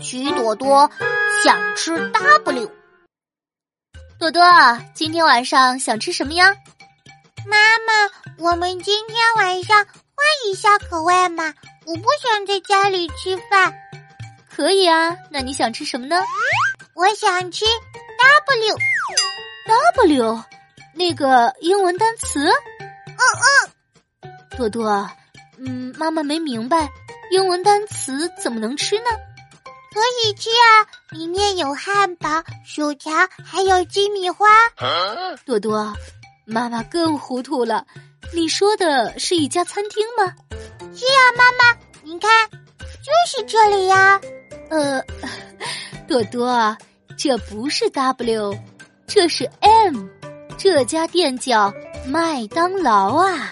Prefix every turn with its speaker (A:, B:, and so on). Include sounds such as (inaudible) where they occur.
A: 徐朵朵想吃 W。
B: 朵朵，今天晚上想吃什么呀？
C: 妈妈，我们今天晚上换一下口味嘛，我不想在家里吃饭。
B: 可以啊，那你想吃什么呢？
C: 我想吃
B: W。W，那个英文单词？
C: 嗯
B: 嗯。朵朵，嗯，妈妈没明白，英文单词怎么能吃呢？
C: 可以吃啊，里面有汉堡、薯条，还有鸡米花。
B: 啊、朵朵，妈妈更糊涂了。你说的是一家餐厅吗？
C: 是啊，妈妈，你看，就是这里呀、啊。
B: 呃， (laughs) 朵朵，这不是 W，这是 M，这家店叫麦当劳啊。